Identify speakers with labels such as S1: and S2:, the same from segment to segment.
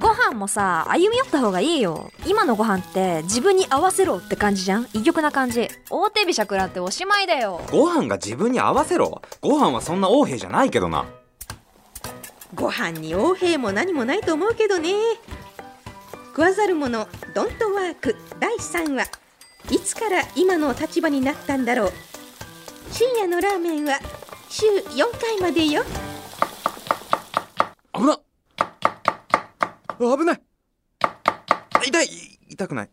S1: 飯もさ歩み寄った方がいいよ今のご飯って自分に合わせろって感じじゃん異曲な感じ大手飛車食らっておしまいだよ
S2: ご飯が自分に合わせろご飯はそんな横兵じゃないけどな
S3: ご飯に横兵も何もないと思うけどね食わざる者ドントワーク第3話いつから今の立場になったんだろう深夜のラーメンは週4回までよ
S2: 危なっ危ない痛い痛くない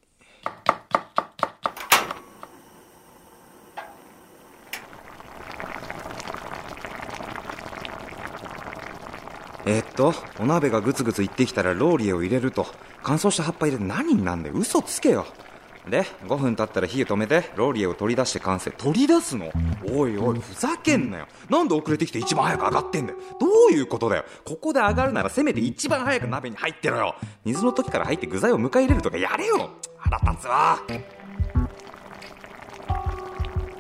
S2: えっとお鍋がグツグツいってきたらローリエを入れると乾燥した葉っぱ入れて何になんだよ嘘つけよで5分経ったら火を止めてローリエを取り出して完成取り出すのおいおいふざけんなよなんで遅れてきて一番早く上がってんだよどういうことだよここで上がるならせめて一番早く鍋に入ってろよ水の時から入って具材を迎え入れるとかやれよ腹立つわ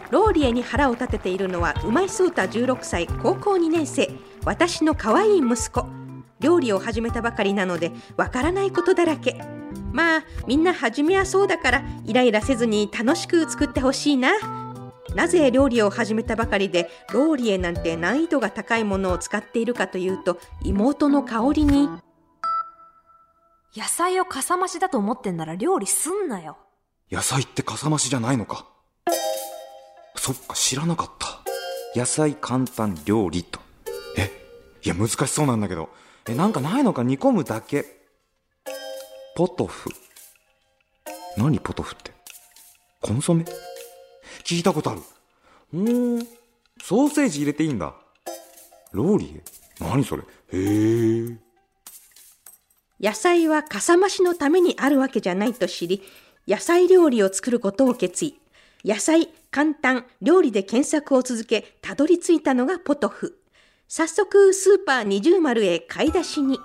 S3: ローリエに腹を立てているのはうまいそうた16歳高校2年生私の可愛い息子料理を始めたばかりなのでわからないことだらけまあみんな初めはそうだからイライラせずに楽しく作ってほしいななぜ料理を始めたばかりでローリエなんて難易度が高いものを使っているかというと妹の香りに
S1: 野菜をかさ増しだと思ってんなら料理すんなよ
S2: 野菜ってかさ増しじゃないのかそっか知らなかった野菜簡単料理とえいや難しそうなんだけどえなんかないのか煮込むだけポトフ何ポトフってコンソメ聞いたことあるうーんソーセージ入れていいんだローリエ何それへえ
S3: 野菜はかさ増しのためにあるわけじゃないと知り野菜料理を作ることを決意野菜簡単料理で検索を続けたどり着いたのがポトフ早速スーパー二重丸へ買い出しに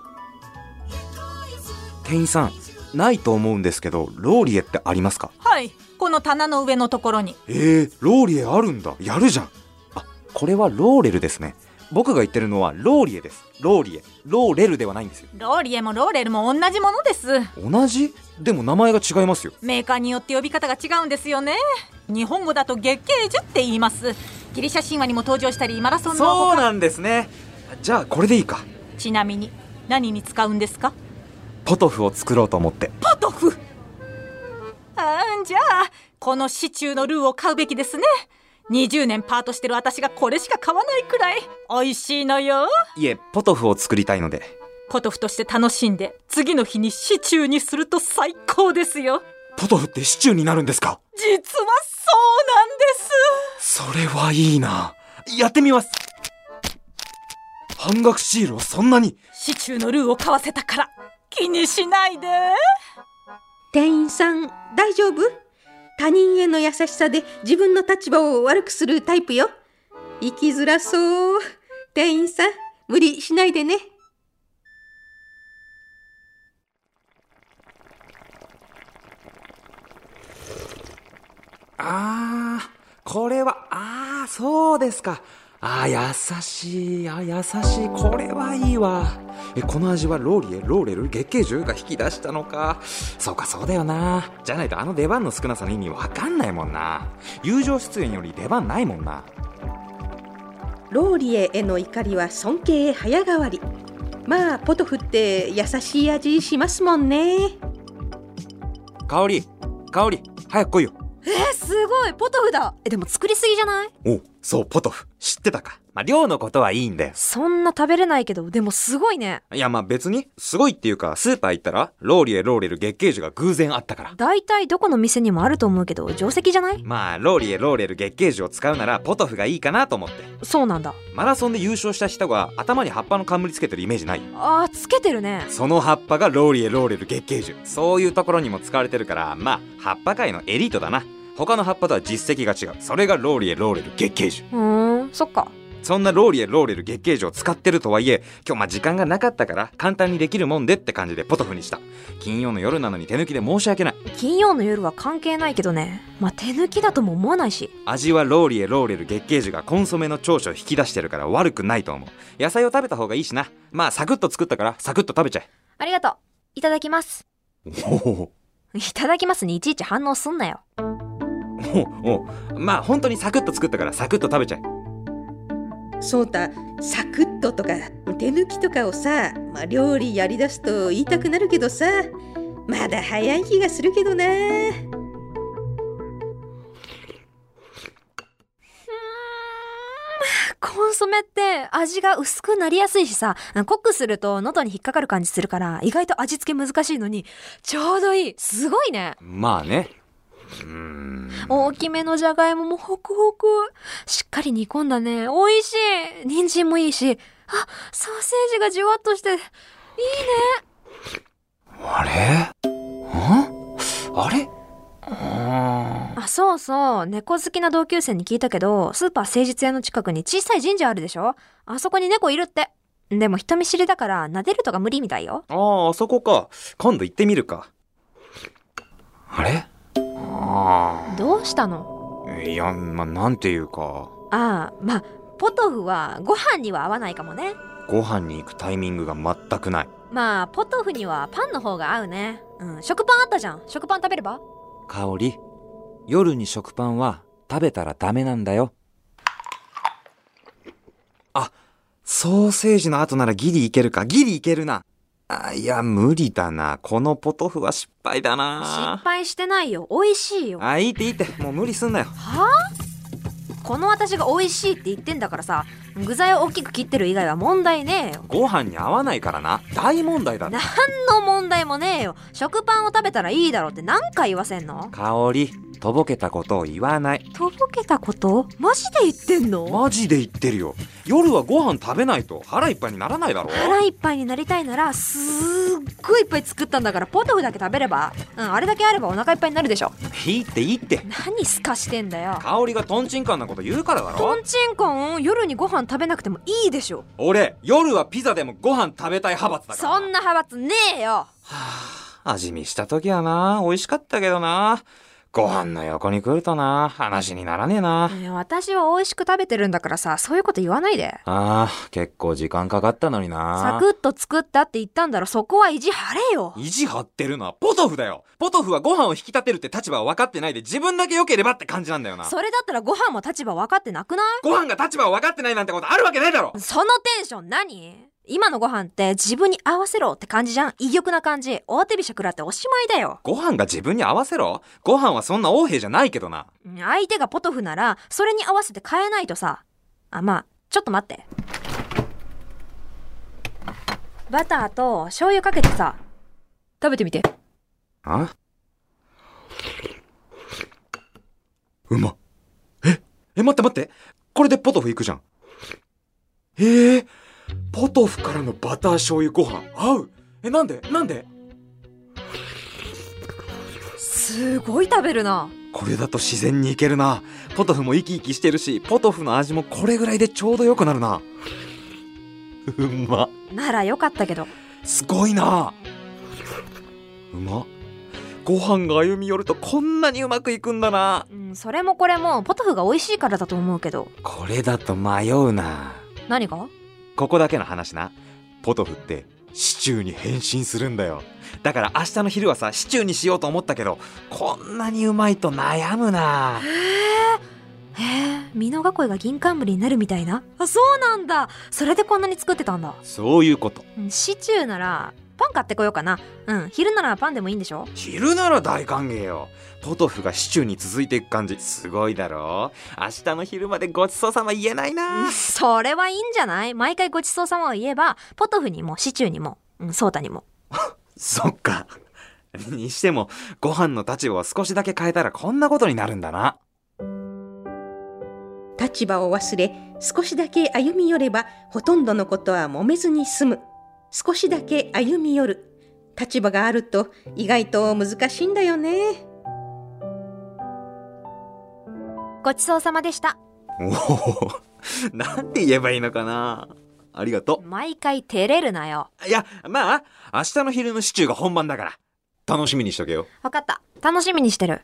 S2: 店員さんないと思うんですけどローリエってありますか
S4: はいこの棚の上のところに
S2: えー、ローリエあるんだやるじゃんあこれはローレルですね僕が言ってるのはローリエですローリエローレルではないんですよ
S4: ローリエもローレルも同じものです
S2: 同じでも名前が違いますよ
S4: メーカーによって呼び方が違うんですよね日本語だと月桂樹って言いますギリシャ神話にも登場したりマラソンの
S2: そうんなんですねじゃあこれでいいか
S4: ちなみに何に使うんですか
S2: ポトフを作ろうと思って
S4: ポトフあーんじゃあこのシチューのルーを買うべきですね20年パートしてる私がこれしか買わないくらい美味しいのよ
S2: いえポトフを作りたいので
S4: ポトフとして楽しんで次の日にシチューにすると最高ですよ
S2: ポトフってシチューになるんですか
S4: 実はそうなんです
S2: それはいいなやってみます半額シールをそんなに
S4: シチューのルーを買わせたから気にしないで
S3: 店員さん大丈夫他人への優しさで自分の立場を悪くするタイプよ生きづらそう店員さん無理しないでね
S2: あー、これは、あー、そうですか。あー、優しい、あー、優しい、これはいいわ。え、この味はローリエ、ローレル、月桂樹が引き出したのか。そうか、そうだよな。じゃないとあの出番の少なさの意味わかんないもんな。友情出演より出番ないもんな。
S3: ローリエへの怒りは尊敬へ早変わりまあポトフって優しい味しますもんね
S2: 香り、香り、早く来いよ。
S1: えすごいポトフだえでも作りすぎじゃない
S2: お、そう、ポトフ。知ってたか。まあ、量のことはいいんだよ。
S1: そんな食べれないけどでもすごいね
S2: いや、まあ、別に、すごいっていうか、スーパー行ったら、ローリエ、ローレル、月桂樹が偶然あったから。
S1: 大体どこの店にもあると思うけど定石じゃない
S2: まあローリエローレル月桂樹を使うならポトフがいいかなと思って
S1: そうなんだ
S2: マラソンで優勝した人が頭に葉っぱの冠つけてるイメージない
S1: あーつけてるね
S2: その葉っぱがローリエローレル月桂樹そういうところにも使われてるからまあ葉っぱ界のエリートだな他の葉っぱとは実績が違うそれがローリエローレル月桂樹
S1: うーんそっか
S2: そんなローリエローレル月桂樹を使ってるとはいえ今日まあ時間がなかったから簡単にできるもんでって感じでポトフにした金曜の夜なのに手抜きで申し訳ない
S1: 金曜の夜は関係ないけどねまあ手抜きだとも思わないし
S2: 味はローリエローレル月桂樹がコンソメの長所を引き出してるから悪くないと思う野菜を食べた方がいいしなまあサクッと作ったからサクッと食べちゃえ
S1: ありがとういただきます。
S2: おお
S1: いただきますにいちいち反応すんなよ。
S2: おおまあ本当にサクッと作ったからサクッと食べちゃえ
S3: そうたサクッととか手抜きとかをさ、まあ、料理やりだすと言いたくなるけどさまだ早い気がするけどな
S1: コンソメって味が薄くなりやすいしさ、濃くすると喉に引っかかる感じするから、意外と味付け難しいのに、ちょうどいい。すごいね。
S2: まあねうーん
S1: 大きめのじゃがいももホクホク。しっかり煮込んだね。美味しい。人参もいいし。あ、ソーセージがじゅわっとして、いいね。
S2: あれんあれうーん
S1: あ、そうそう。猫好きな同級生に聞いたけど、スーパー誠実屋の近くに小さい神社あるでしょあそこに猫いるって。でも人見知りだから、撫でるとか無理みたいよ。
S2: ああ、あそこか。今度行ってみるか。あれあ
S1: どうしたの
S2: あ。いや、まあ、なんていうか、
S1: ああ、まあ、ポトフはご飯には合わないかもね。
S2: ご飯に行くタイミングが全くない。
S1: まあ、ポトフにはパンの方が合うね。うん、食パンあったじゃん。食パン食べれば
S2: 香り、夜に食パンは食べたらダメなんだよ。あ、ソーセージの後ならギリいけるか。ギリいけるな。あ、いや、無理だな。このポトフは失敗だ
S1: 失
S2: な。
S1: 敗してないよ。美味しいよ。は
S2: あ、いいっていいって。もう無理すんなよ。
S1: あこの私が美味しいって言ってんだからさ、具材を大きく切ってる以外は問題ねえよ。
S2: ご飯に合わないからな。大問題だ
S1: 何の問題もねえよ食パンを食べたらいいだろうって何回言わせんの
S2: 香りとぼけたことを言わない
S1: とぼけたことマジで言ってんの
S2: マジで言ってるよ夜はご飯食べないと腹いっぱいにならないだろ
S1: 腹いっぱいになりたいならすっごいいっぱい作ったんだからポトフだけ食べればうんあれだけあればお腹いっぱいになるでしょ
S2: いいっていいって
S1: 何すかしてんだよ
S2: 香りがトンチンカンなこと言うからだ
S1: と
S2: ろ
S1: んちんかん夜にご飯食べなくてもいいでしょ
S2: 俺夜はピザでもご飯食べたい派閥だから
S1: そんな派閥ねえよ
S2: 味見した時はな美味しかったけどなご飯の横に来るとな話にならねえな
S1: ねえ私は美味しく食べてるんだからさそういうこと言わないで
S2: あー結構時間かかったのに
S1: サ
S2: な
S1: クッと作ったって言ったんだろそこは意地張れよ
S2: 意地張ってるのはポトフだよポトフはご飯を引き立てるって立場を分かってないで自分だけ良ければって感じなんだよな
S1: それだったらご飯も立場分かってなくない
S2: ご飯が立場を分かってないなんてことあるわけないだろ
S1: そのテンション何今のご飯って自分に合わせろって感じじゃん。威力な感じ。大手飛車食らっておしまいだよ。
S2: ご飯が自分に合わせろご飯はそんな王兵じゃないけどな。
S1: 相手がポトフなら、それに合わせて変えないとさ。あ、まあ、ちょっと待って。バターと醤油かけてさ。食べてみて。
S2: あうま。え、え、待って待って。これでポトフいくじゃん。ええポトフからのバター醤油ご飯合うえ、なんでなんです
S1: ごい食べるな。
S2: これだと自然にいけるな。ポトフも生き生きしてるし、ポトフの味もこれぐらいでちょうど良くなるな。うま。
S1: ならよかったけど。
S2: すごいなうまご飯が歩み寄るとこんなにうまくいくんだな
S1: うん、それもこれも、ポトフが美味しいからだと思うけど。
S2: これだと迷うな
S1: 何が
S2: ここだけの話なポトフってシチューに変身するんだよだから明日の昼はさシチューにしようと思ったけどこんなにうまいと悩むな
S1: へえ、美濃囲いが銀冠になるみたいな。あ、そうなんだ。それでこんなに作ってたんだ。
S2: そういうこと
S1: うんシチューならパン買ってこようかなうん昼ならパンでもいいんでしょ
S2: 昼なら大歓迎よポトフがシチューに続いていく感じすごいだろ明日の昼までごちそうさま言えないな
S1: それはいいんじゃない毎回ごちそうさまを言えばポトフにもシチューにもうんソータにも
S2: そっか。にしても、ご飯の立場を少しだけ変えたらこんなことになるんだな。
S3: 立場を忘れ少しだけ歩み寄ればほとんどのことは揉めずに済む少しだけ歩み寄る立場があると意外と難しいんだよね
S1: ごちそうさまでした
S2: おお、なんて言えばいいのかな。ありがと
S1: 毎回照れるなよ
S2: う。いや、まあ、明日の昼のシチューが本番だから。楽しみにしとけよ。
S1: わかった楽しみにしてる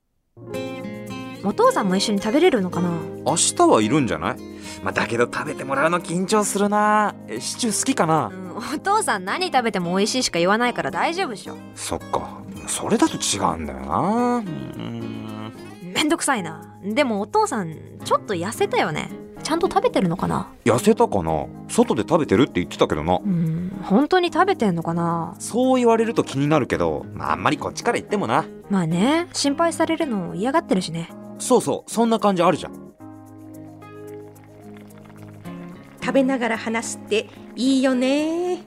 S1: お父さんも一緒に食べれるのかな
S2: 明日はいるんじゃないまあ、だけど食べてもらうの緊張するなえシチュー好きかな
S1: うん、お父さん何食べても美味しいしか言わないから大丈夫でしょ
S2: そっかそれだと違うんだよなうん
S1: めんどくさいなでもお父さんちょっと痩せたよねちゃんと食べてるのかな
S2: 痩せたかな外で食べてるって言ってたけどな
S1: うん本当に食べてんのかな
S2: そう言われると気になるけど、まあ、あんまりこっちから言ってもな
S1: まあね心配されるの嫌がってるしね
S2: そうそうそんな感じあるじゃん
S3: 食べながら話すっていいよね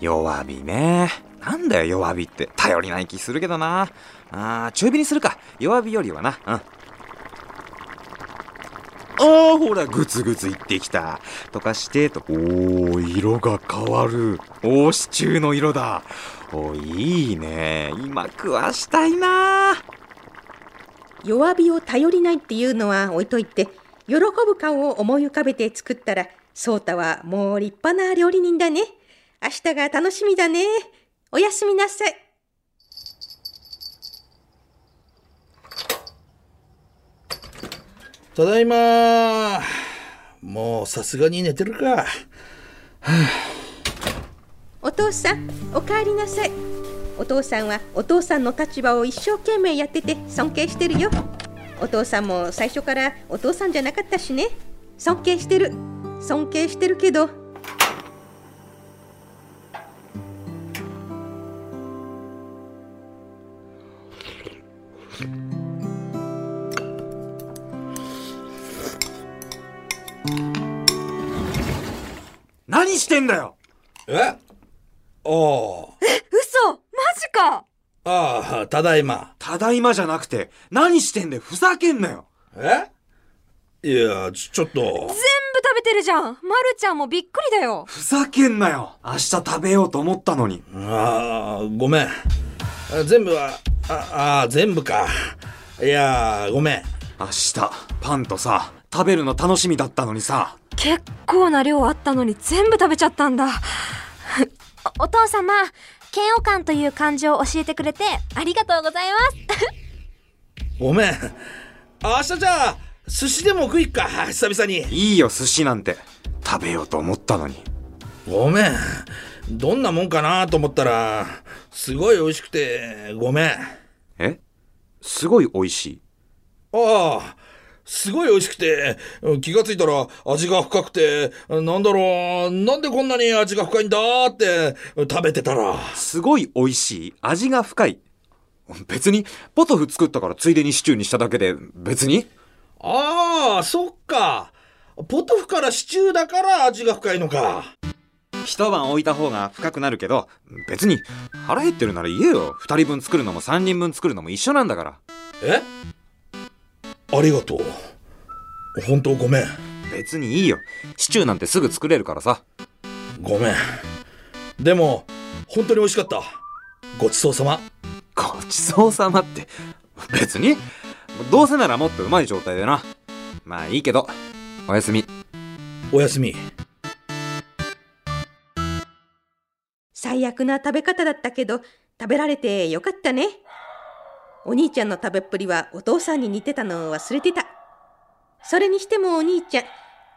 S2: 弱火ねなんだよ弱火って頼りない気するけどなあー中火にするか弱火よりはなうんあーほらグツグツいってきた溶かしてとおー色が変わるおーシチューの色だおーいいね今食わしたいな
S3: 弱火を頼りないっていうのは置いといて喜ぶ顔を思い浮かべて作ったらソータはもう立派な料理人だね明日が楽しみだねおやすみなさい
S5: ただいまもうさすがに寝てるか
S3: お父さんおかえりなさいお父さんはお父さんの立場を一生懸命やってて尊敬してるよお父さんも最初からお父さんじゃなかったしね尊敬してる尊敬してるけど
S2: 何してんだよ
S5: えああ
S1: 嘘マジか
S5: ああただいま
S2: ただいまじゃなくて何してんだよふざけんなよ
S5: えいやちょちょっと
S1: 全部食べてるじゃんまるちゃんもびっくりだよ
S2: ふざけんなよ明日食べようと思ったのに
S5: ああごめんあ全部はああ全部かいやごめん
S2: 明日パンとさ食べるの楽しみだったのにさ
S1: 結構な量あったのに全部食べちゃったんだ おお父様嫌悪感という感情を教えてくれてありがとうございます
S5: ごめん明日じゃあ寿司でも食いっか久々に
S2: いいよ寿司なんて食べようと思ったのに
S5: ごめんどんなもんかなと思ったらすごい美味しくてごめん
S2: えすごい美味しい
S5: ああ、すごい美味しくて、気がついたら味が深くて、なんだろう、なんでこんなに味が深いんだって食べてたら。
S2: すごい美味しい味が深い別にポトフ作ったからついでにシチューにしただけで別に
S5: ああ、そっか。ポトフからシチューだから味が深いのか。
S2: 一晩置いた方が深くなるけど別に腹減ってるなら言えよ二人分作るのも三人分作るのも一緒なんだから
S5: えありがとう。本当ごめん。
S2: 別にいいよシチューなんてすぐ作れるからさ
S5: ごめん。でも、本当に美味しかった。ごちそうさま。
S2: ごちそうさまって別にどうせならもっとうまい状態でなまあいいけどおやすみ
S5: おやすみ。
S3: 最悪な食べ方だったけど食べられてよかったねお兄ちゃんの食べっぷりはお父さんに似てたのを忘れてたそれにしてもお兄ちゃん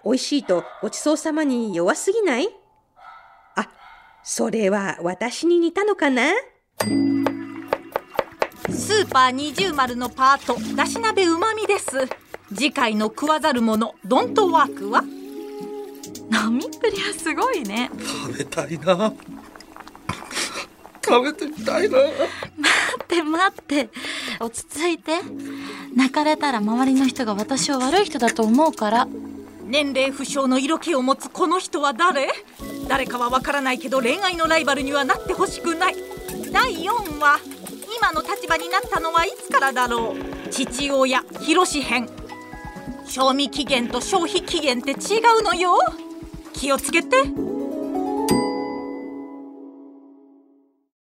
S3: 美味しいとごちそうさまに弱すぎないあそれは私に似たのかな
S4: スーパー二重丸のパートだし鍋うまみです次回の食わざる者ドントワークは飲みっぷりはすごいね
S5: 食べたいな。食べてみたいな。
S6: 待って待って落ち着いて泣かれたら周りの人が私を悪い人だと思うから
S4: 年齢不詳の色気を持つこの人は誰誰かはわからないけど恋愛のライバルにはなってほしくない第4話今の立場になったのはいつからだろう父親広志編賞味期限と消費期限って違うのよ気をつけて。